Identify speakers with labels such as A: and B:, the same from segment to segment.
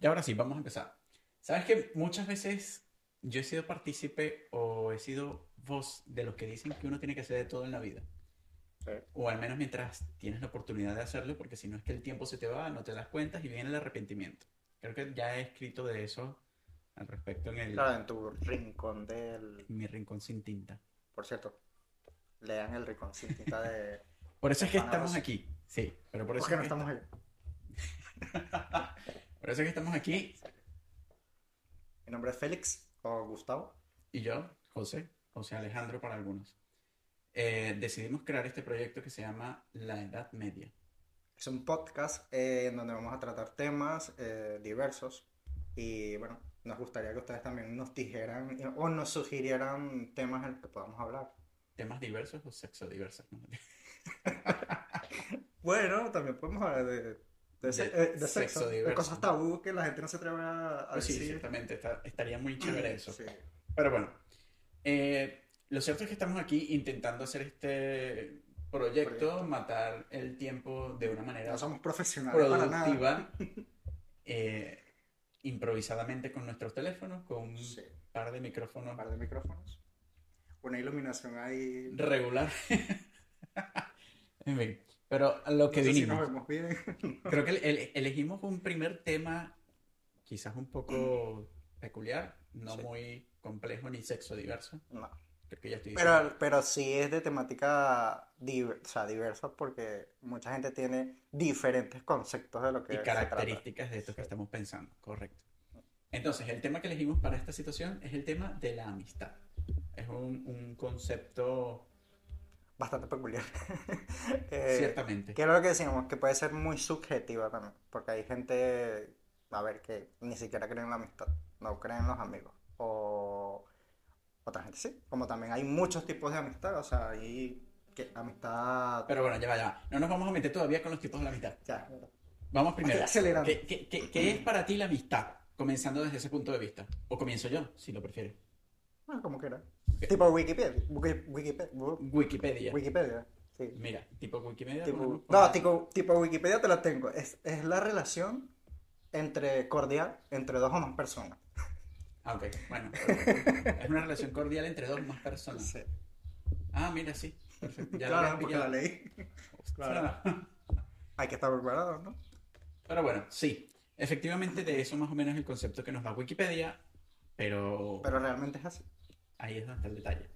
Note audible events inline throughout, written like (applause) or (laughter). A: Y ahora sí, vamos a empezar. Sabes que muchas veces yo he sido partícipe o he sido voz de los que dicen que uno tiene que hacer de todo en la vida.
B: Sí.
A: O al menos mientras tienes la oportunidad de hacerlo, porque si no es que el tiempo se te va, no te das cuenta y viene el arrepentimiento. Creo que ya he escrito de eso al respecto en, el,
B: Claro, en tu rincón del.
A: en mi rincón sin tinta.
B: Por cierto, lean el rincón sin tinta de.
A: Por eso es que
B: Hermana
A: estamos
B: Rosa.
A: aquí. Sí, pero (laughs) por eso,
B: ¿Por qué
A: es
B: no
A: que-
B: estamos ahí?
A: por eso es que estamos aquí.
B: Mi nombre es Félix o Gustavo.
A: Y yo, José, José Alejandro para algunos. eh, decidimos crear este proyecto que se llama La Edad Media.
B: Es un podcast eh, en donde vamos a tratar temas eh, diversos. Y bueno, nos gustaría que ustedes también nos dijeran eh, o nos sugirieran temas en los que podamos hablar.
A: Temas diversos o sexo diversos. ¿no?
B: Bueno, también podemos hablar de, de, se-
A: De
B: eh, de
A: sexo
B: sexo, de
A: diverso.
B: cosas tabú que la gente no se atreve a, a
A: Pues sí,
B: decir.
A: ciertamente, está- estaría muy chévere eso.
B: Ah, Sí.
A: Pero bueno, eh, lo cierto es que estamos aquí intentando hacer este proyecto,
B: Proyecto.
A: matar el tiempo de una manera
B: No somos profesionales para nada.
A: productiva, (laughs) eh, improvisadamente con nuestros teléfonos, con un
B: Sí.
A: par de
B: Un
A: micrófonos
B: par de micrófonos. Una iluminación ahí.
A: regular. (laughs) En fin, pero a lo que
B: no sé si
A: vinimos.
B: nos vemos bien.
A: Creo que el- el- elegimos un primer tema quizás un poco peculiar, no
B: Sí.
A: muy complejo ni sexo diverso.
B: No.
A: Creo que ya estoy diciendo.
B: Pero, pero sí es de temática diver- o sea, diversa porque mucha gente tiene diferentes conceptos de lo que
A: y
B: se trata.
A: características de esto que estamos pensando, correcto. Entonces, el tema que elegimos para esta situación es el tema de la amistad. Es un, un concepto,
B: Bastante peculiar. (laughs) Eh,
A: ciertamente.
B: que era lo que decíamos, que puede ser muy subjetiva también, porque hay gente, a ver, que ni siquiera creen en la amistad, no creen en los amigos, o otra gente sí, como también hay muchos tipos de amistad, o sea, hay que, amistad...
A: Pero bueno, ya va, ya va. No nos vamos a meter todavía con los tipos de la amistad.
B: Ya,
A: Vamos primero.
B: Estoy acelerando.
A: ¿Qué, qué- qué- qué es para ti la amistad? Comenzando desde ese punto de vista. O comienzo yo, si lo prefieres.
B: bueno, como quiera.
A: Ok.
B: Tipo Wikipedia, Wiki- Wikipedia, Wu-
A: Wikipedia.
B: Wikipedia, sí.
A: Mira, tipo Wikimedia.
B: Tipo-
A: ponemos-
B: no, tipo, tipo Wikipedia te la tengo, es, es la relación entre cordial entre dos o más personas.
A: Ah, ok, bueno. perfecto. es una relación cordial entre dos más personas.
B: Sí.
A: Ah, mira, sí. Perfecto. Ya lo
B: Claro,
A: había
B: porque la
A: pillado.
B: leí.
A: (laughs) Ostras.
B: Hay que estar preparado, ¿no?
A: Pero bueno, sí. Efectivamente, de eso más o menos es el concepto que nos da Wikipedia, pero
B: Pero realmente es así.
A: ahí es donde está el detalle.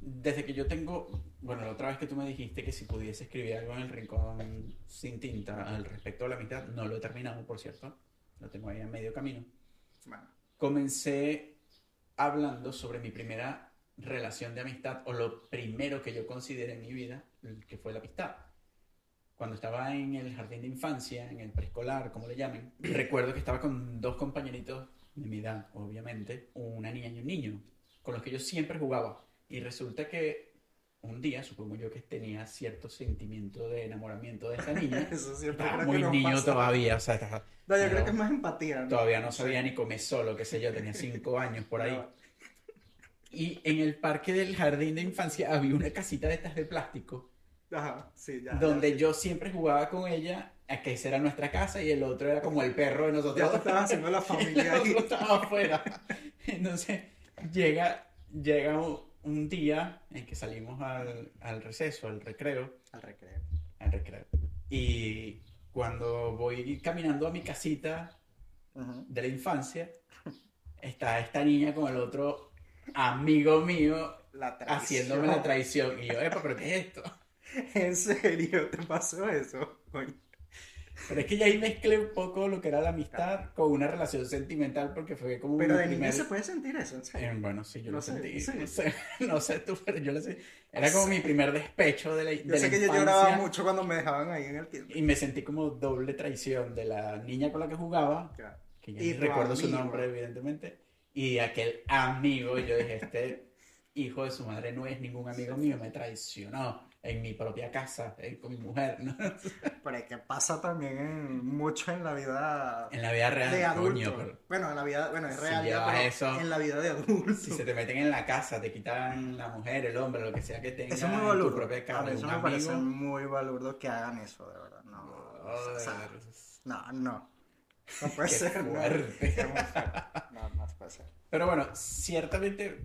A: Desde que yo tengo, bueno, la otra vez que tú me dijiste que si pudiese escribir algo en el rincón sin tinta al respecto de la amistad, no lo he terminado, por cierto, lo tengo ahí a medio camino.
B: Bueno,
A: comencé hablando sobre mi primera relación de amistad o lo primero que yo consideré en mi vida, que fue la amistad. Cuando estaba en el jardín de infancia, en el preescolar, como le llamen, recuerdo que estaba con dos compañeritos de mi edad, obviamente, una niña y un niño, con los que yo siempre jugaba. Y resulta que un día, supongo yo que tenía cierto sentimiento de enamoramiento de esta niña.
B: (laughs) eso siempre
A: Estaba
B: creo
A: Ah, muy
B: que nos
A: niño
B: pasa.
A: todavía, o sea, estaba-
B: No, yo
A: No.
B: creo que es más empatía, ¿no?
A: Todavía no sabía ni comer solo, qué sé yo, tenía cinco años por ahí.
B: No.
A: Y en el parque del jardín de infancia había una casita de estas de plástico,
B: Ajá, sí, ya.
A: donde yo siempre jugaba con ella, a que esa era nuestra casa y el otro era como el perro de
B: Ya, ya
A: nosotros.
B: te
A: (laughs)
B: estabas haciendo la
A: Y
B: familia
A: el
B: ahí.
A: otro estaba afuera. Entonces llega, llega un, un día en que salimos al, al receso, al recreo,
B: Al recreo.
A: al recreo. Y cuando voy caminando a mi casita,
B: Ujú.
A: de la infancia, está esta niña con el otro amigo mío
B: La traición.
A: haciéndome la traición. Y yo, epa, ¿pero qué es esto?
B: ¿En serio te pasó eso? Coño.
A: Pero es que ya ahí mezclé un poco lo que era la amistad con una relación sentimental porque fue como
B: Pero
A: mi
B: de niño
A: primer-
B: se puede sentir eso, en serio.
A: Eh, bueno, sí, yo
B: No
A: lo
B: sé,
A: sentí.
B: sí.
A: No, sé, (laughs) no sé tú, pero yo lo sé. Era como mi primer despecho de la, de
B: Yo
A: la
B: sé que yo
A: infancia
B: lloraba mucho cuando me dejaban ahí en el tiempo.
A: Y me sentí como doble traición de la niña con la que jugaba, que ya
B: Y
A: ni
B: tu
A: recuerdo su
B: amigo.
A: nombre, evidentemente, y de aquel amigo, y yo dije, este hijo de su madre no es ningún amigo mío, me traicionó en mi propia casa, eh, con mi mujer, ¿no?
B: Ah. Pero es que pasa también en- mucho en la vida
A: En la vida real,
B: de
A: coño,
B: adulto.
A: pero
B: Bueno, en la vida, bueno, es
A: Si
B: realidad,
A: llevas
B: pero
A: eso-
B: en la vida de adulto.
A: si se te meten en la casa, te quitan la mujer, el hombre, lo que sea que tengas
B: (laughs) Eso es muy
A: en tu
B: balurdo.
A: propia
B: A mí
A: carne,
B: eso
A: un
B: me parece
A: amigo.
B: muy balurdo que hagan eso, de verdad. No, o sea,
A: Joder.
B: no, no. No
A: (laughs)
B: puede
A: Qué
B: ser, no.
A: fuerte.
B: Qué muy fuerte. No, no puede ser.
A: Pero bueno, ciertamente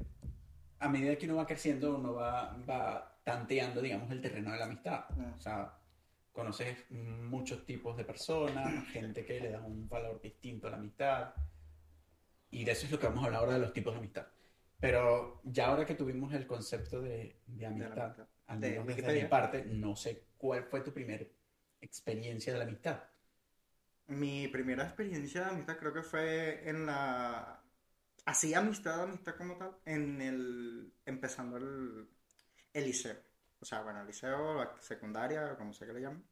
A: a medida que uno va creciendo, uno va, va tanteando, digamos, el terreno de la amistad.
B: Mm.
A: O sea, conoces muchos tipos de personas, gente que le da un valor distinto a la amistad. Y de eso es lo que vamos a hablar ahora de los tipos de amistad. Pero ya ahora que tuvimos el concepto de, de
B: De la
A: amistad,
B: mitad.
A: al
B: De
A: menos desde mi
B: Wikipedia.
A: parte, no sé cuál fue tu primera experiencia de la amistad.
B: Mi primera experiencia de amistad creo que fue en la... Así amistad, amistad como tal, en el... empezando el, el liceo. O sea, bueno, el liceo, la secundaria, como sea que le llamen.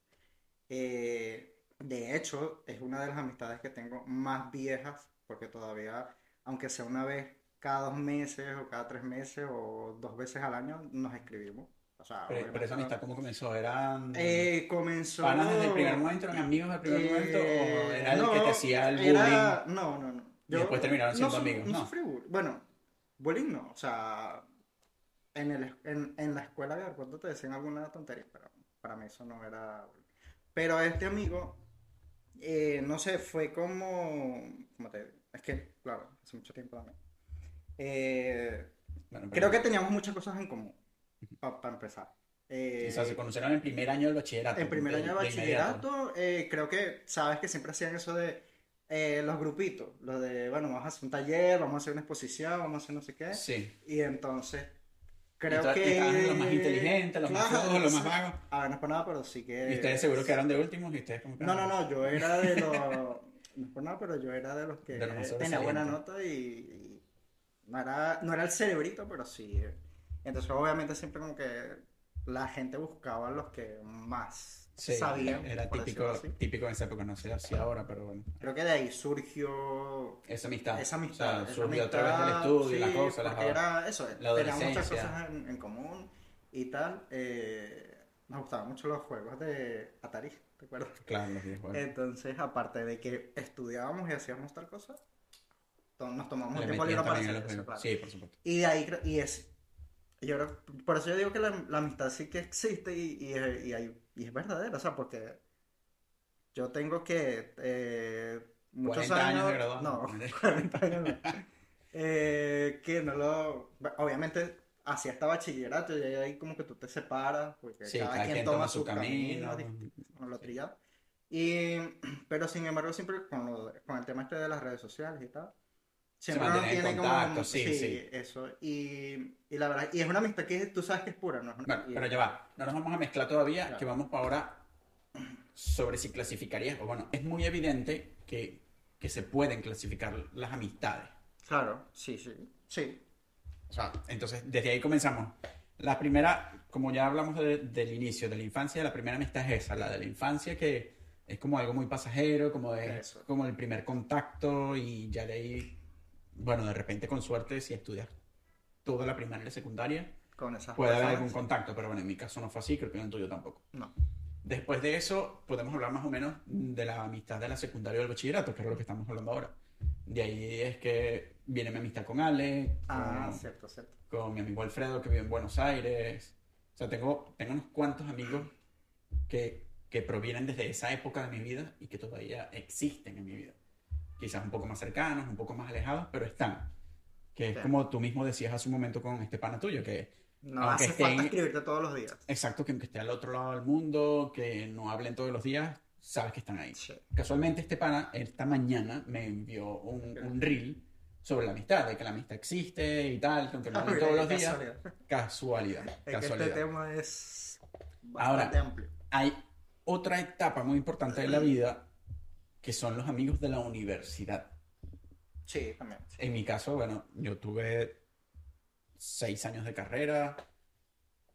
B: Eh, de hecho, es una de las amistades que tengo más viejas, porque todavía, aunque sea una vez cada dos meses o cada tres meses o dos veces al año, nos escribimos. O sea,
A: Pero, pero esa
B: obviamente no-
A: amistad, ¿cómo comenzó? ¿Eran
B: Ah, Eh, comenzó...
A: panas desde el primer momento? ¿Eran amigos desde el primer momento? ¿O
B: Eh,
A: era el que te
B: no,
A: hacía el
B: era- No, no, no.
A: Y después terminaron siendo
B: no, su-
A: amigos,
B: no
A: ¿no?
B: sufrí bullying. Bueno, bullying no. O sea, en, el, en, en la escuela de cuando te decían alguna tontería, pero para mí eso no era bullying. Pero este amigo, eh, no sé, fue como... como te digo? Es que, claro, hace mucho tiempo también. Eh,
A: bullying? Bueno, pero
B: creo que teníamos muchas cosas en común, para empezar. Eh,
A: O sea, se conocieron en primer año del bachillerato.
B: en primer
A: de-
B: año de
A: de inmediato.
B: bachillerato, eh, creo que sabes que siempre hacían eso de eh, los grupitos, lo de, bueno, vamos a hacer un taller, vamos a hacer una exposición, vamos a hacer no sé qué.
A: Sí.
B: Y entonces,
A: Y
B: creo
A: todas- y
B: que...
A: estaban los más inteligentes, los más
B: Claro,
A: flojos, los más
B: sí.
A: vagos.
B: A ver, no es por nada, pero sí que...
A: Y ustedes seguro que eran de últimos y ustedes como que,
B: No, no,
A: ah,
B: no, yo era de los...
A: (laughs)
B: No es por nada, pero yo era de los que
A: De los más
B: tenía buena
A: sobresalientes.
B: nota y, y no era, no era el cerebrito, pero sí. eh. Entonces, obviamente, siempre como que la gente buscaba los que más
A: sí,
B: sabían,
A: Era
B: por decirlo
A: típico,
B: así.
A: típico en esa época, no sé así ahora, pero bueno.
B: Creo que de ahí surgió
A: Esa amistad.
B: esa amistad.
A: Ah, O sea,
B: esa
A: surgió a través del
B: amistad,
A: estudio, las
B: sí,
A: cosas, las
B: porque era eso, teníamos muchas
A: adolescencia.
B: cosas en, en común y tal. eh, nos gustaban mucho los juegos de Atari, ¿te acuerdas?
A: Claro, los videojuegos.
B: eh, Entonces, aparte de que estudiábamos y hacíamos tal cosa, to- nos tomamos
A: Le
B: el tiempo
A: metían
B: libre para
A: también a
B: hacer
A: los
B: eso,
A: juegos.
B: claro.
A: Sí, por supuesto.
B: Y de ahí, creo- y es, yo creo, por eso yo digo que la, la amistad sí que existe y, y, es- y hay- y es verdadera, o sea, porque yo tengo que, eh, muchos
A: 40 años de
B: años,
A: graduado.
B: no, (laughs) 40 años no. Eh, que no lo, obviamente, así hasta bachillerato, y ahí como que tú te separas, porque
A: Sí,
B: cada
A: cada
B: quien
A: quien
B: toma
A: toma
B: sus
A: su camino.
B: caminos, no lo trillado. Y, (clears throat) pero sin embargo, siempre con, lo- con el tema este de las redes sociales y tal, siempre uno
A: mantienen en
B: tiene como,
A: contacto, sí,
B: sí,
A: sí.
B: eso. Y, y la verdad, y es una amistad que tú sabes que es pura, ¿no? Es una-
A: Bueno,
B: y-
A: pero ya va, no nos vamos a mezclar todavía,
B: Claro.
A: que vamos para ahora sobre si clasificarías, o bueno, es muy evidente que, que se pueden clasificar las amistades.
B: Claro, sí, sí, sí.
A: O sea, entonces, desde ahí comenzamos. La primera, como ya hablamos de- del inicio, de la infancia, la primera amistad es esa, la de la infancia, que es como algo muy pasajero, como es
B: Eso.
A: como el primer contacto y ya de ahí, bueno, de repente con suerte, si estudias toda la primaria y la secundaria,
B: Con esas
A: puede haber
B: personas,
A: algún
B: sí.
A: contacto, pero bueno, en mi caso no fue así, creo que en el tuyo tampoco.
B: No,
A: Después de eso, podemos hablar más o menos de la amistad de la secundaria o del bachillerato, que es lo que estamos hablando ahora. De ahí es que viene mi amistad con Ale,
B: ah,
A: con,
B: cierto, cierto.
A: con mi amigo Alfredo, que vive en Buenos Aires. O sea, tengo, tengo unos cuantos amigos que, que provienen desde esa época de mi vida y que todavía existen en mi vida. Quizás un poco más cercanos, un poco más alejados, pero están. Que es
B: Claro.
A: como tú mismo decías hace un momento con este pana tuyo, que
B: No
A: Aunque
B: hace falta
A: estén-
B: escribirte todos los días.
A: Exacto, que que esté al otro lado del mundo, que no hablen todos los días, sabes que están ahí.
B: Sí.
A: Casualmente este pana esta mañana me envió un, un reel sobre la amistad, de que la amistad existe y tal, que aunque no
B: Ah, (laughs)
A: hablen
B: mira,
A: todos
B: qué
A: los días,
B: casualidad.
A: casualidad,
B: Es que este
A: casualidad.
B: tema es
A: Ahora,
B: bastante amplio.
A: Hay otra etapa muy importante de la vida que son los amigos de la universidad.
B: Sí, también. sí.
A: En mi caso, bueno, yo tuve seis años de carrera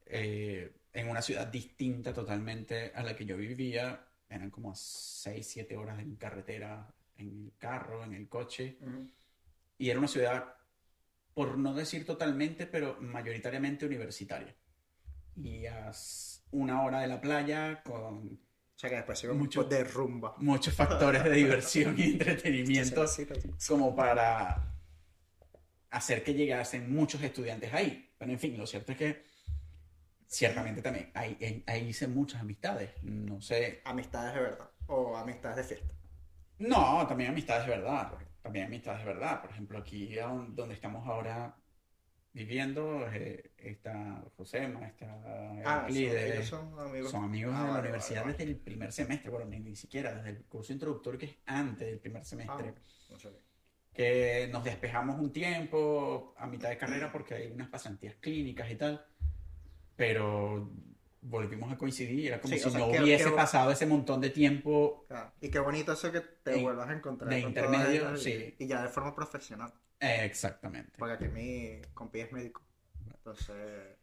A: eh, en una ciudad distinta totalmente a la que yo vivía. Eran como seis, siete horas en carretera, en el carro, en el coche.
B: Ujú.
A: Y era una ciudad, por no decir totalmente, pero mayoritariamente universitaria. Y a s- una hora de la playa con
B: O sea que después sigo
A: Mucho-
B: de rumba.
A: muchos factores de diversión y entretenimiento
B: Sí, sí, sí.
A: como para hacer que llegasen muchos estudiantes ahí. Pero en fin, lo cierto es que ciertamente también ahí, en- ahí hice muchas amistades. No sé,
B: Amistades de verdad. O amistades de fiesta.
A: No, también amistades de verdad, también amistades de verdad. Por ejemplo, aquí a don- donde estamos ahora viviendo, eh, está Josema, está
B: Ah, sí, ellos
A: Euclides,
B: son amigos.
A: son amigos
B: Ah,
A: de la
B: vale,
A: universidad
B: vale, vale.
A: desde el primer semestre, bueno, ni, ni siquiera, desde el curso introductorio que es antes del primer
B: Ah,
A: semestre,
B: no sabía.
A: que nos despejamos un tiempo a mitad de carrera porque hay unas pasantías clínicas y tal, pero volvimos a coincidir, era como
B: Sí, o
A: si
B: sea,
A: no
B: que-
A: hubiese
B: que-
A: pasado ese montón de tiempo.
B: Claro. Y qué bonito eso que te
A: De-
B: vuelvas a encontrar
A: de
B: con todas
A: intermedio,
B: ellas y,
A: sí.
B: y ya de forma profesional.
A: Eh, Exactamente.
B: Porque aquí mi compi es médico. Entonces,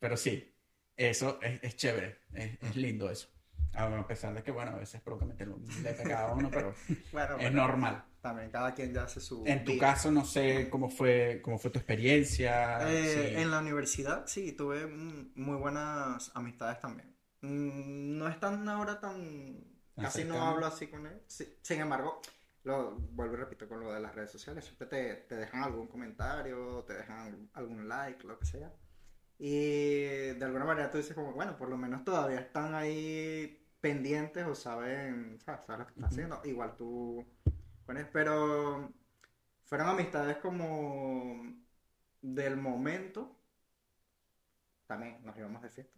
A: Pero sí, eso es, es chévere, es, es lindo eso. A pesar de que, bueno, a veces provoca meter un lepe a cada uno, pero
B: bueno,
A: es
B: bueno,
A: normal.
B: también cada quien ya hace su
A: En tu
B: vida.
A: caso, no sé cómo fue, cómo fue tu experiencia.
B: Eh,
A: si-
B: en la universidad sí, tuve mm, muy buenas amistades también. Mm, No están ahora tan...
A: Tan
B: Casi no
A: cercano.
B: hablo así con él. Sí, Sin embargo, lo vuelvo y repito con lo de las redes sociales. Siempre te, te dejan algún comentario, te dejan algún like, lo que sea. Y de alguna manera tú dices como, bueno, por lo menos todavía están ahí pendientes o saben, ¿sabes? saben lo que estás
A: Ujú.
B: haciendo. Igual tú pones, pero fueron amistades como del momento. También nos íbamos de fiesta.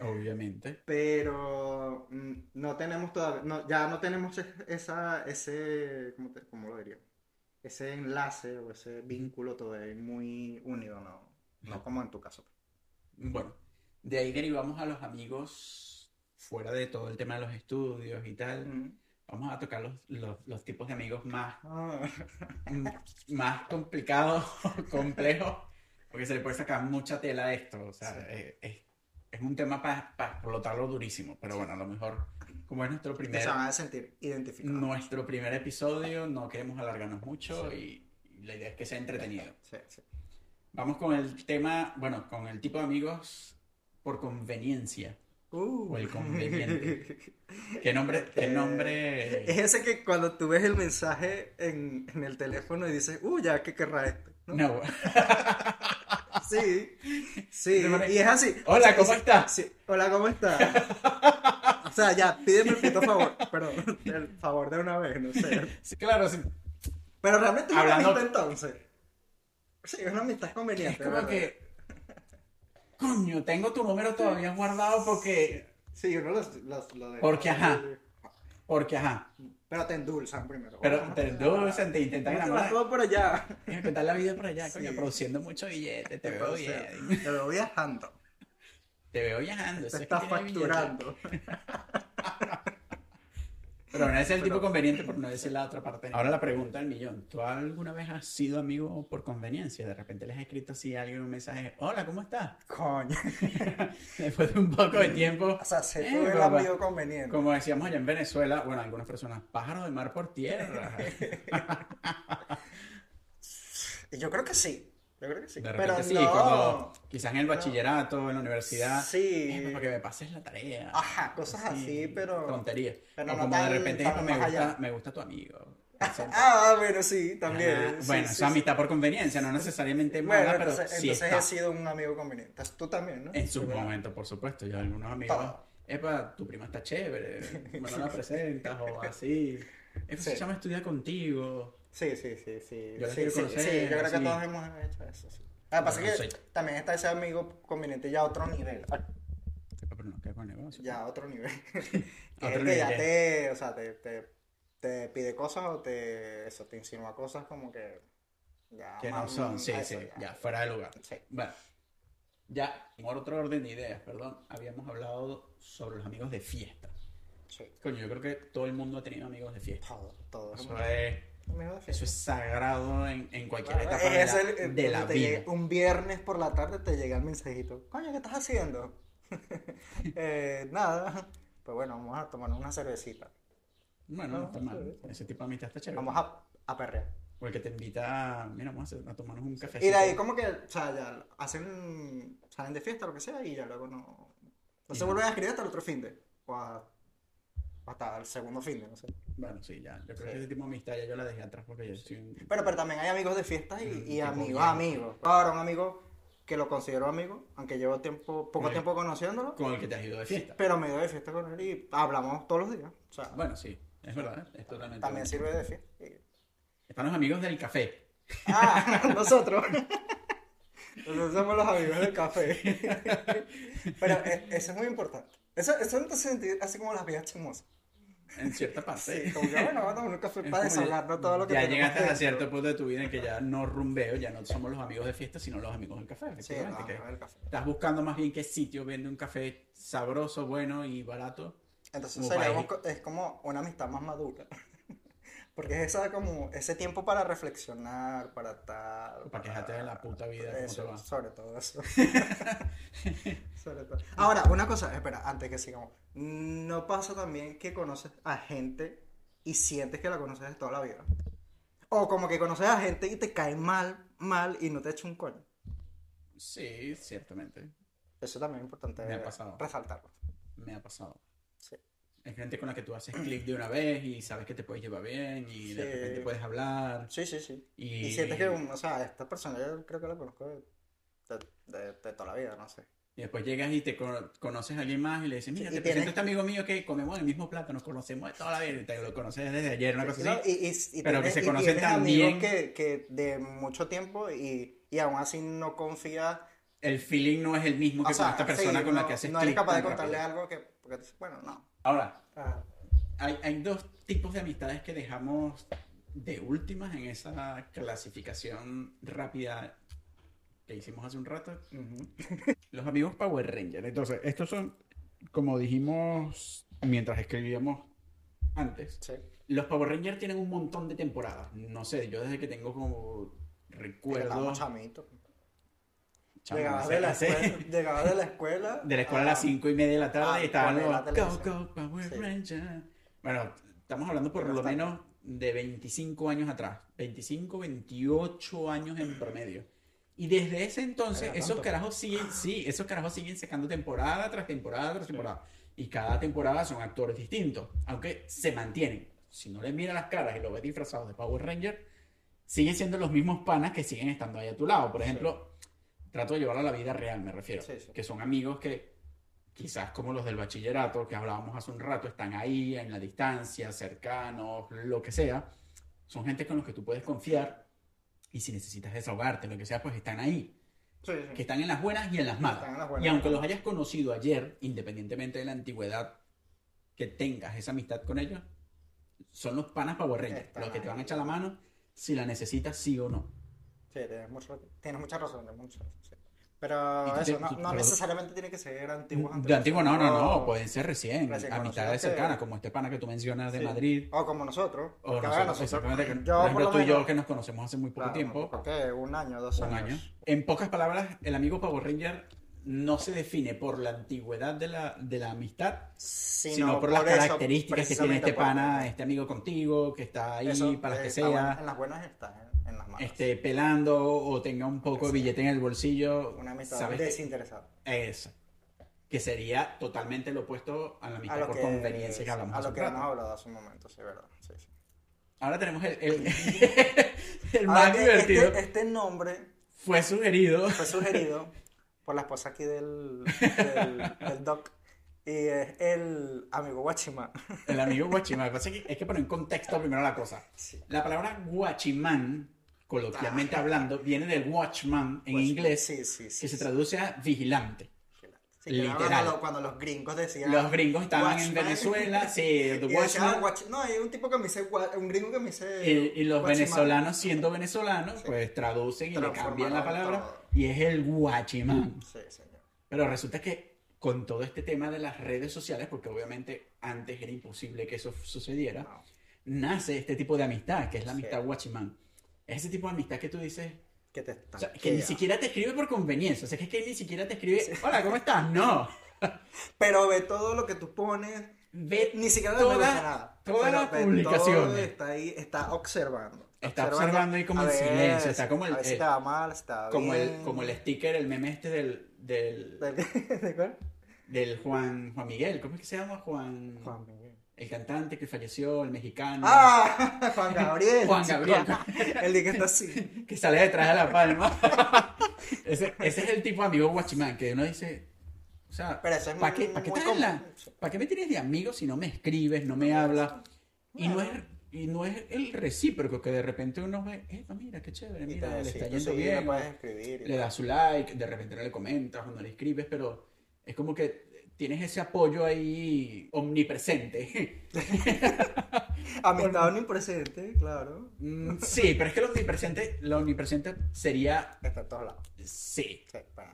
A: Obviamente.
B: Pero mm, no tenemos todavía, no, ya no tenemos es- esa, ese, ¿cómo, te- cómo lo diría? Ese enlace o ese vínculo todavía muy unido, no, no como en tu caso.
A: Bueno, de ahí derivamos a los amigos, fuera de todo el tema de los estudios y
B: Mm.
A: tal. Vamos a tocar los, los, los tipos de amigos más,
B: Ah,
A: más (laughs) complicados, complejos, porque se le puede sacar mucha tela a esto. O sea,
B: Sí.
A: eh, es, es un tema para explotarlo durísimo, pero bueno, a lo mejor, como es nuestro
B: que
A: primer,
B: se van a sentir identificados.
A: nuestro primer episodio, no queremos alargarnos mucho y, y la idea es que sea entretenido.
B: Sí, sí.
A: Vamos con el tema, bueno, con el tipo de amigos por conveniencia.
B: Uh.
A: O el conveniente. ¿Qué nombre?
B: Eh,
A: ¿Qué nombre?
B: (laughs) Es ese que cuando tú ves el mensaje en, en el teléfono y dices, uh, ya, ¿qué querrá este? ¿No?
A: No. (laughs)
B: Sí, sí,
A: De manera-
B: y es así. O
A: Hola,
B: sea,
A: ¿cómo
B: y si-
A: estás?
B: sí, Hola, ¿cómo estás?
A: (laughs)
B: O sea, ya, pídeme el puto favor, perdón, el favor de una vez, no sé.
A: Sí, claro, sí.
B: Pero realmente es una
A: Hablando-
B: amistad entonces. Sí, es una amistad
A: Es
B: conveniente,
A: como
B: ¿verdad?
A: que, coño, tengo tu número todavía guardado porque,
B: Sí, uno los, los, lo de-
A: Porque, ajá. porque ajá,
B: Pero te endulzan primero.
A: pero te endulzan, te intentan
B: ¿Cómo te va
A: enamorar,
B: todo por allá?
A: intentar la vida por allá, coño,
B: Sí.
A: produciendo mucho billete, te veo
B: O sea,
A: bien,
B: Te
A: (laughs)
B: lo viajando.
A: te veo viajando, eso
B: Te
A: es que
B: estás
A: tiene billete.
B: facturando.
A: Pero no es el
B: Pero-
A: tipo conveniente por no decir la otra parte. Ahora la pregunta del millón, ¿tú alguna vez has sido amigo por conveniencia? De repente les has escrito así a alguien un mensaje, hola, ¿cómo estás? (laughs)
B: Coño.
A: Después de un poco de tiempo...
B: O sea, se
A: Eh,
B: tuve el
A: papá.
B: amigo conveniente.
A: Como decíamos allá en Venezuela, bueno, algunas personas, pájaros de mar por tierra. (laughs)
B: Y Yo creo que sí. Yo creo que sí.
A: De
B: Pero
A: repente sí,
B: no.
A: cuando quizás en el bachillerato, en la universidad, "Eh,
B: Sí.
A: (laughs) para que me pases la tarea.
B: Ajá, cosas así, pero-
A: Tonterías.
B: pero
A: o
B: no
A: como de
B: tan-
A: repente
B: tan
A: "Ah, me
B: más allá".
A: gusta, me gusta tu amigo.
B: (laughs) Ah, bueno, sí, también.
A: Ah,
B: Sí,
A: bueno,
B: sí,
A: esa
B: sí.
A: amistad por conveniencia, no necesariamente
B: Bueno,
A: mala, pero
B: entonces,
A: sí
B: entonces
A: está.
B: he sido un amigo conveniente. Tú también, ¿no?
A: En sus
B: Bueno,
A: momentos, por supuesto. Yo algunos amigos,
B: Todo.
A: epa, tu prima está
B: (laughs)
A: chévere, bueno, la presentas o así. Epa,
B: Sí.
A: se llama estudia contigo.
B: Sí, sí, sí, sí.
A: Yo la
B: Sí,
A: quiero
B: sí,
A: conocer,
B: sí, yo creo que
A: sí.
B: todos hemos hecho eso, sí. Lo que pasa
A: Bueno,
B: es
A: no
B: que
A: sé.
B: también está ese amigo conveniente ya a otro nivel.
A: Epa, pero no, qué buen negocio.
B: Ya, a otro nivel. Que es
A: Otro
B: el que ya
A: nivel.
B: te, o sea, te, te, te pide cosas o te, eso, te insinúa cosas como que ya
A: Que no
B: más-
A: son, sí,
B: eso,
A: sí,
B: ya.
A: ya, fuera de lugar.
B: Sí.
A: Bueno, ya, en otro orden de ideas, perdón, habíamos hablado sobre los amigos de fiesta.
B: Sí,
A: Coño, yo creo que todo el mundo ha tenido amigos de fiesta.
B: todo, todo. es
A: Eso
B: muy-
A: es,
B: muy de fiesta.
A: eso es sagrado en, en cualquier
B: Claro,
A: etapa de
B: es
A: la,
B: el- eh,
A: de la
B: te
A: vida.
B: llega- un viernes por la tarde te llega el mensajito. Coño, ¿qué estás haciendo? (laughs) Eh, nada. Pues bueno, vamos a tomarnos una cervecita.
A: Bueno, no
B: No,
A: está
B: sí,
A: mal.
B: sí.
A: Ese tipo de amistad está chévere.
B: Ah, Vamos a, a perrear.
A: O el que te invita, a- mira, vamos a, hacer- a tomarnos un café.
B: Y de ahí como que, o sea, ya hacen, salen de fiesta o lo que sea y ya luego no,
A: Ya.
B: no se vuelven a escribir hasta el otro fin de. O, a- o hasta el segundo fin de, no sé.
A: Bueno, sí, ya. Yo creo
B: Sí.
A: que ese tipo de amistad ya yo la dejé atrás porque yo soy un...
B: Pero, pero también hay amigos de fiestas y,
A: Mm,
B: y
A: tipo
B: amigos,
A: viejo.
B: amigos. Ahora, un amigo que lo considero amigo, aunque llevo tiempo, poco
A: Sí.
B: tiempo conociéndolo.
A: con el que te has ido de fiesta.
B: Pero me doy de fiesta con él y hablamos todos los días. O sea,
A: Bueno, sí. Es verdad, es totalmente.
B: También
A: verdad.
B: sirve de fin.
A: Están los amigos del café.
B: (laughs) Ah, nosotros. Nosotros somos los amigos del café. Pero eh, eso es muy importante. Eso, eso no te hace sentir así como las vidas chismosas.
A: En cierta parte.
B: Sí, como que bueno, vamos a tomar un café
A: Es
B: para
A: como ya-
B: desahogarnos todo lo que
A: Ya
B: tenemos
A: llegaste a
B: dentro.
A: cierto punto de tu vida en que ya no rumbeo, ya no somos los amigos de fiesta, sino los amigos del café.
B: Sí, ah,
A: efectivamente,
B: no,
A: que
B: no, el café.
A: Estás buscando más bien qué sitio vende un café sabroso, bueno y barato.
B: Entonces
A: Como
B: seríamos
A: país.
B: co- es como una amistad más madura. (laughs) Porque es esa como ese tiempo para reflexionar, para tal,
A: Para quejarte de la puta vida, cómo te
B: Eso,
A: va.
B: sobre todo
A: (laughs)
B: eso. (laughs) Sobre todo. Ahora, una cosa, espera, antes que sigamos. ¿No pasa también que conoces a gente y sientes que la conoces de toda la vida? O como que conoces a gente y te cae mal, mal y no te echa un coño.
A: Sí, ciertamente.
B: Eso también es importante
A: Me ha pasado.
B: resaltarlo.
A: Me ha pasado.
B: Sí.
A: Hay gente con la que tú haces clic de una vez y sabes que te puedes llevar bien y de
B: Sí.
A: repente puedes hablar.
B: Sí, sí, sí.
A: Y,
B: Y sientes que, o sea, esta persona yo creo que la conozco de, de- de- de toda la vida, no sé.
A: y después llegas y te cono- conoces a alguien más y le dices, mira,
B: Sí, y
A: te presento a
B: tienes-
A: este amigo mío que comemos en el mismo plato, nos conocemos de toda la vida, y te lo conoces desde ayer, una cosa
B: No,
A: así.
B: y, y- y
A: Pero que
B: tienes-
A: se
B: y
A: conocen
B: tienes
A: tan
B: amigos
A: bien.
B: que, que de mucho tiempo y, y aún así no confías.
A: El feeling no es el mismo
B: O
A: que con
B: sea,
A: esta persona
B: sí,
A: con la
B: no,
A: que haces
B: no eres
A: clic
B: capaz de
A: tan
B: contarle
A: rápido.
B: algo que, porque dices, bueno, no.
A: Ahora,
B: Ah,
A: Hay, hay dos tipos de amistades que dejamos de últimas en esa clasificación rápida que hicimos hace un rato. Los amigos Power Ranger. Entonces, estos son, como dijimos mientras escribíamos antes,
B: sí.
A: los Power Rangers tienen un montón de temporadas. No sé, yo desde que tengo como recuerdo...
B: Llegabas chamito.
A: Chamo,
B: Llegabas
A: no
B: de pues.
A: sé,
B: la
A: no sé. (laughs)
B: escuela, llegabas de la escuela.
A: De la escuela a las
B: ah,
A: 5 y media de la tarde
B: ah,
A: y estaban
B: poner la
A: los Go,
B: televisión.
A: Go, Power
B: Sí.
A: Ranger. eh. Bueno, estamos hablando por
B: Pero
A: lo
B: está-
A: menos de 25 años atrás. 25, 28 años en promedio. Y desde ese entonces,
B: Era
A: esos
B: tanto.
A: carajos siguen, sí, esos carajos siguen sacando temporada tras temporada tras temporada. Y cada temporada son actores distintos, aunque se mantienen. Si no les miras las caras y los ves disfrazados de Power Ranger, siguen siendo los mismos panas que siguen estando ahí a tu lado. Por ejemplo, trato de llevarlo a la vida real, me refiero.
B: Sí, sí.
A: Que son amigos que quizás como los del bachillerato que hablábamos hace un rato, están ahí en la distancia, cercanos, lo que sea. Son gente con los que tú puedes confiar y si necesitas desahogarte, lo que sea, pues están ahí.
B: Sí, sí.
A: Que están en las buenas y en las malas.
B: Están en las buenas.
A: Y aunque los hayas conocido ayer, independientemente de la antigüedad que tengas esa amistad con ellos, son los panas Power Rangers,
B: Están
A: los que te van a
B: ahí.
A: echar la mano si la necesitas sí o no.
B: Sí, tienes, mucho- tienes mucha razón, tienes mucha razón, sí. Pero
A: Y tú
B: eso,
A: te-
B: no,
A: tú-
B: no
A: pero-
B: necesariamente tiene que ser antiguos.
A: De antiguo no, no, no, pues.
B: o-
A: pueden ser recién,
B: recién
A: amistades
B: conocidos que-
A: cercanas, como este pana que tú mencionas de
B: Sí.
A: Madrid.
B: O como nosotros.
A: O
B: porque, a ver,
A: nosotros, exactamente, que,
B: yo
A: por
B: por
A: ejemplo,
B: lo
A: tú y yo
B: menos-
A: que nos conocemos hace muy poco
B: Claro,
A: tiempo,
B: ¿por qué? un año, dos
A: un
B: años.
A: año. En pocas palabras, el amigo Power Ranger no se define por la antigüedad de la, de la amistad,
B: Sino,
A: sino por las
B: eso,
A: características que tiene este
B: precisamente por-
A: pana, este amigo contigo, que está ahí
B: eso,
A: para las
B: eh,
A: que
B: está bueno,
A: sea, este,
B: en las buenas está, en, en las malas.
A: esté pelando o tenga un poco de
B: Sí.
A: billete en el bolsillo.
B: Una amistad
A: ¿sabes?
B: desinteresada.
A: Eso. Que sería totalmente lo opuesto a la
B: A
A: amistad
B: lo
A: por
B: que,
A: conveniencia que hablamos
B: a
A: hace
B: lo
A: un
B: que
A: rato.
B: hemos hablado hace un momento, sí, verdad. Sí, sí.
A: Ahora tenemos el,
B: (laughs)
A: el, el
B: Ahora
A: más
B: que
A: divertido.
B: Ah, (laughs) Este, este nombre
A: Fue sugerido.
B: fue sugerido por la esposa aquí del, del, del doc. Y es el amigo Guachima.
A: El amigo guachimán. Lo que pasa es que hay que poner en contexto primero la cosa.
B: Sí.
A: La palabra guachimán, coloquialmente hablando, viene del watchman en inglés,
B: Sí, sí, sí.
A: que se
B: sí.
A: traduce a vigilante.
B: Sí, que era
A: Literal.
B: Cuando, cuando los gringos decían.
A: Los gringos estaban en
B: Watchman. (laughs)
A: Venezuela, sí, the
B: Y decían,
A: watchman.
B: "Ah, watch-". No, hay un tipo que me dice. wa- Un gringo que me dice.
A: Y, Eh, y los
B: watchman.
A: venezolanos, siendo venezolanos,
B: Sí.
A: pues traducen y le cambian la
B: Transformaron
A: palabra
B: todo.
A: y es el guachimán.
B: Sí, señor.
A: Pero resulta que con todo este tema de las redes sociales, porque obviamente antes era imposible que eso sucediera,
B: No.
A: nace este tipo de amistad, que es la
B: Sí.
A: amistad guachimán. Es ese tipo de amistad que tú dices,
B: Que te
A: o sea, que ni
B: estanquea.
A: siquiera te escribe por conveniencia, o sea, que es que ni siquiera te escribe, hola, ¿cómo estás? No,
B: Pero ve todo lo que tú pones. eh,
A: ve,
B: Ni siquiera le
A: Toda-
B: merece nada.
A: todas
B: Pero
A: las
B: ve todo,
A: publicaciones.
B: Está ahí, está observando.
A: Está observando ahí como
B: a
A: en
B: ver,
A: silencio, está como el-
B: A ver si
A: el-
B: te va mal, si te va
A: como el,
B: bien.
A: como el sticker, el meme este del, del,
B: Del- (laughs) ¿De cuál?
A: del Juan, Juan Miguel, ¿cómo es que se llama? Juan,
B: Juan Miguel.
A: el cantante que falleció, el mexicano,
B: ¡Ah! (laughs) Juan Gabriel.
A: Juan
B: chico.
A: Gabriel.
B: (laughs) El de que está así.
A: que sale detrás de la palma. (laughs) ese, ese es el tipo de amigo guachimán, que uno dice, o sea,
B: Pero eso es
A: ¿para qué,
B: muy-
A: pa' qué
B: muy
A: traes la-
B: común.
A: ¿Para qué me tienes de amigo si no me escribes, no me hablas? Y no es, y no es el recíproco que de repente uno ve, eh, mira, qué chévere,
B: Y te
A: mira, le
B: decís,
A: está
B: tú
A: yendo
B: sí, le
A: bien,
B: puedes escribir. y
A: le
B: tal.
A: das su like, de repente no le comentas o no le escribes, pero es como que tienes ese apoyo ahí omnipresente. (laughs)
B: Amistad omnipresente, claro.
A: Mm, Sí, pero es que lo omnipresente, lo omnipresente sería,
B: Está en todos lados.
A: sí.
B: Sí, bueno.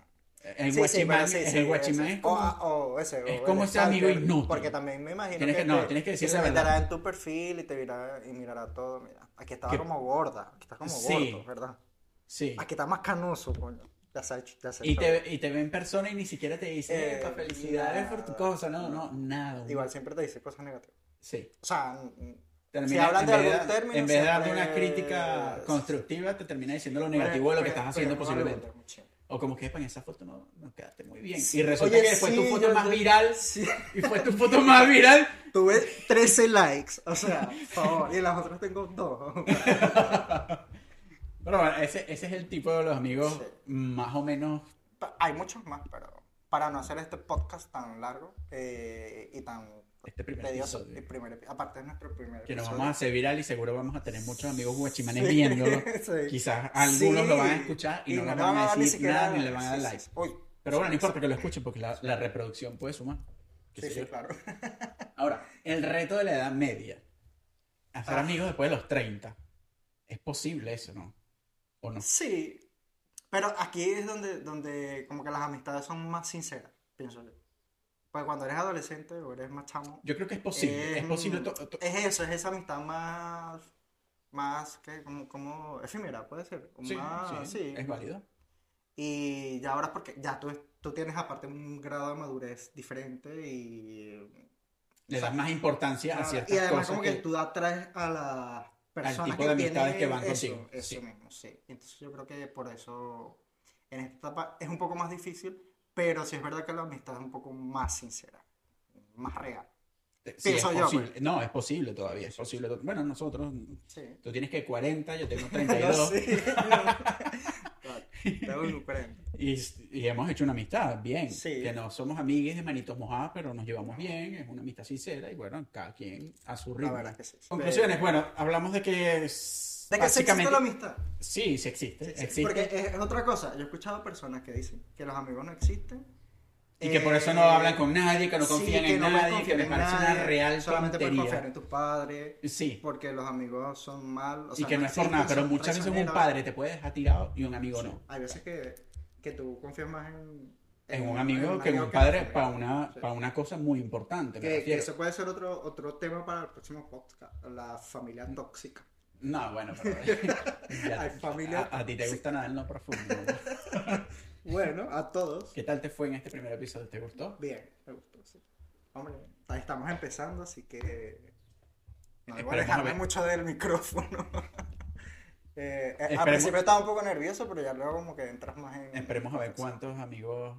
A: El
B: Sí, sí,
A: guachimán,
B: pero sí, sí,
A: el guachimán
B: ese.
A: es como...
B: O, ah, o ese, o
A: es
B: el
A: como ese amigo
B: stalker,
A: inútil.
B: Porque también me imagino
A: Tienes que-
B: que,
A: no,
B: te-
A: tienes que decir
B: se
A: la verdad.
B: meterá en tu perfil y te mirará y mirará todo. Mira, aquí estaba
A: Que-
B: como gorda, aquí estás como
A: Sí.
B: gordo, ¿verdad?
A: Sí.
B: Aquí está más canoso, coño. Ya se ha hecho- ya se ha
A: Y
B: hecho.
A: te, y te ve en persona y ni siquiera te dice,
B: Eh,
A: "Epa, felicidades por tu
B: nada,
A: cosa, no, no, nada.
B: Igual siempre te dice cosas negativas.
A: Sí.
B: O sea, n-
A: Termina-
B: Si hablan
A: en
B: de
A: vez
B: algún término,
A: En vez de darte una
B: siempre
A: crítica
B: es-
A: constructiva, te termina diciendo lo negativo de lo que
B: pero-
A: estás haciendo
B: pero no vale
A: posiblemente.
B: votar mucho.
A: O como que, "Epa, en esa foto no, no quedaste muy bien.
B: Sí.
A: Y resulta
B: Oye,
A: que fue tu
B: sí,
A: foto
B: yo-
A: más
B: yo-
A: viral.
B: Sí.
A: Y fue tu foto más viral.
B: Tuve 13 likes, o sea, por favor, y las otras tengo dos. (laughs)
A: Pero bueno, ese, ese es el tipo de los amigos
B: Sí.
A: más o menos.
B: Pa- Hay muchos más, pero para no hacer este podcast tan largo eh, y tan
A: Este primer
B: tedioso,
A: episodio.
B: el primer epi- aparte es nuestro primer
A: Que nos
B: episodio.
A: vamos a hacer viral y seguro vamos a tener muchos amigos guachimanes
B: Sí,
A: viéndolo.
B: (laughs) sí.
A: Quizás algunos
B: Sí.
A: lo van a escuchar y, no,
B: le
A: les van a
B: dar ni
A: decir
B: siquiera
A: nada ni le van a dar
B: sí,
A: like.
B: sí, sí. Uy,
A: Pero bueno, no
B: sí,
A: importa que lo escuchen porque la, la reproducción puede sumar. Qué
B: Sí,
A: sé
B: sí,
A: yo. (laughs)
B: claro.
A: Ahora, el reto de la edad media. Hacer
B: Ah.
A: amigos después de los 30. ¿Es posible eso, no? ¿O no?
B: Sí, pero aquí es donde, donde como que las amistades son más sinceras, pienso yo. Porque cuando eres adolescente o eres más chamo,
A: Yo creo que es posible.
B: Eh,
A: Es posible. to- to-
B: es eso, es esa amistad más, más que como, como efímera, puede ser. o
A: Sí,
B: más-
A: sí,
B: sí.
A: es válido.
B: Y ya ahora es porque ya tú, tú tienes aparte un grado de madurez diferente y,
A: Le das más importancia a
B: Claro,
A: ciertas
B: y además
A: cosas.
B: como que,
A: que-
B: tú atraes a las personas
A: tipo
B: que
A: de amistades
B: tienen
A: que van
B: eso,
A: contigo,
B: eso
A: sí.
B: mismo, sí. Entonces yo creo que por eso en esta etapa es un poco más difícil, pero sí es verdad que la amistad es un poco más sincera, más real.
A: sí, es
B: pienso yo, pues.
A: posible. No, es posible todavía. Es posible. Bueno, nosotros.
B: Sí.
A: Tú tienes que 40, yo
B: (laughs)
A: tengo
B: No
A: 32.
B: sé. Claro, tengo un diferente.
A: Y, y hemos hecho una amistad, bien.
B: Sí.
A: Que no somos amigues de manitos mojadas, pero nos llevamos bien, es una amistad sincera y bueno, cada quien a su
B: La
A: ritmo.
B: verdad que sí.
A: Conclusiones, bueno, hablamos de que es
B: De que sí existe
A: básicamente-
B: la amistad.
A: Sí, sí existe, existe.
B: Porque es, es otra cosa. Yo he escuchado personas que dicen que los amigos no existen.
A: Y que por eso no
B: Eh,
A: hablan con nadie, que no
B: sí,
A: confían en
B: no puedes
A: nadie, que
B: confiar
A: me
B: en
A: parece una
B: nadie,
A: real
B: Solamente puedes confiar
A: tontería.
B: en tus padres.
A: Sí,
B: Porque los amigos son mal. O
A: y
B: sea,
A: que no es por nada,
B: existen,
A: pero
B: son
A: muchas veces un
B: traicioneros.
A: padre te puede dejar tirado y un amigo
B: Sí,
A: no.
B: Hay veces que, que tú confías más en,
A: En un amigo
B: en
A: que en un
B: amigo
A: padre
B: en tu
A: para
B: familia.
A: una,
B: Sí.
A: para una cosa muy importante, me
B: Que, que
A: refiero.
B: eso puede ser otro, otro tema para el próximo podcast. La familia
A: Mm.
B: tóxica.
A: No, bueno,
B: (laughs)
A: pero... ya-
B: Hay familia-
A: a, a ti te gusta nada en lo profundo. ¿no?
B: Bueno, a todos.
A: ¿Qué tal te fue en este primer episodio? ¿Te gustó?
B: Bien, me gustó, sí. Hombre, ahí estamos empezando, así que no debo
A: Esperemos a
B: alejarme
A: ver.
B: mucho del micrófono. (laughs) Eh, eh,
A: Esperemos-
B: al principio estaba un poco nervioso, pero ya luego como que entras más en...
A: Esperemos a ver cuántos amigos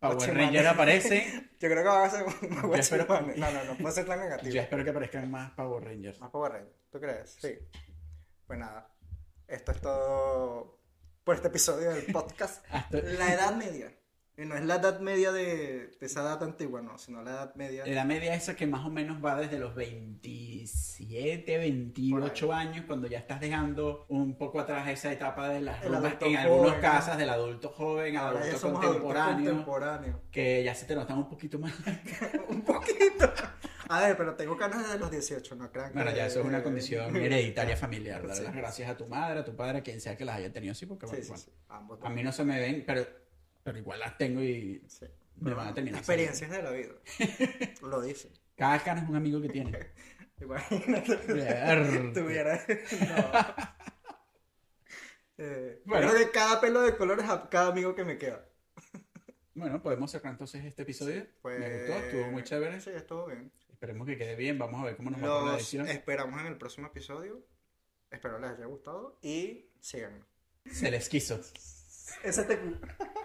A: Power
B: Guachimanes.
A: Rangers
B: (laughs)
A: aparecen.
B: Yo creo que va a ser un
A: Yo espero-
B: guachimán. No, no, no puede ser tan negativo.
A: Yo espero que aparezcan más Power Rangers.
B: Más Power Rangers, ¿tú crees? Sí. Pues nada, esto es todo por este episodio del
A: (laughs)
B: podcast.
A: Hasta
B: La Edad Media. Y no es la Edad Media de, de esa edad antigua, no, sino la Edad Media...
A: la media esa que más o menos va desde los 27, 28 años, cuando ya estás dejando un poco atrás esa etapa de las
B: El
A: rumbas,
B: adulto
A: que en algunos
B: joven, ¿no?
A: casos del adulto joven al
B: Ahora ya
A: adulto
B: somos adultos
A: contemporáneo,
B: contemporáneos.
A: que ya se te notan un poquito más.
B: (laughs) Un poquito. A ver, pero tengo canas desde los 18, no crean que...
A: Bueno, ya eso es una
B: (laughs)
A: condición hereditaria familiar. Dar
B: Sí.
A: las gracias a tu madre, a tu padre, a quien sea que las haya tenido, sí, porque
B: Sí,
A: bueno,
B: sí,
A: bueno,
B: sí. Ambos
A: a mí no se me ven, pero, pero igual las tengo y
B: sí.
A: me van a terminar.
B: Experiencias de la vida. Lo dice.
A: saliendo. Cada cana es un amigo que tiene.
B: Imagínate.
A: Ver-
B: Tuviera... (laughs) No. Eh,
A: Bueno.
B: Creo que cada pelo de color es a cada amigo que me queda.
A: Bueno, podemos cerrar entonces este episodio.
B: Pues...
A: Me gustó, estuvo muy chévere.
B: Sí, estuvo bien.
A: Esperemos que quede bien. Vamos a ver cómo nos va con la
B: Los
A: edición.
B: esperamos en el próximo episodio. Espero les haya gustado y síganos.
A: Se les quiso.
B: STQ.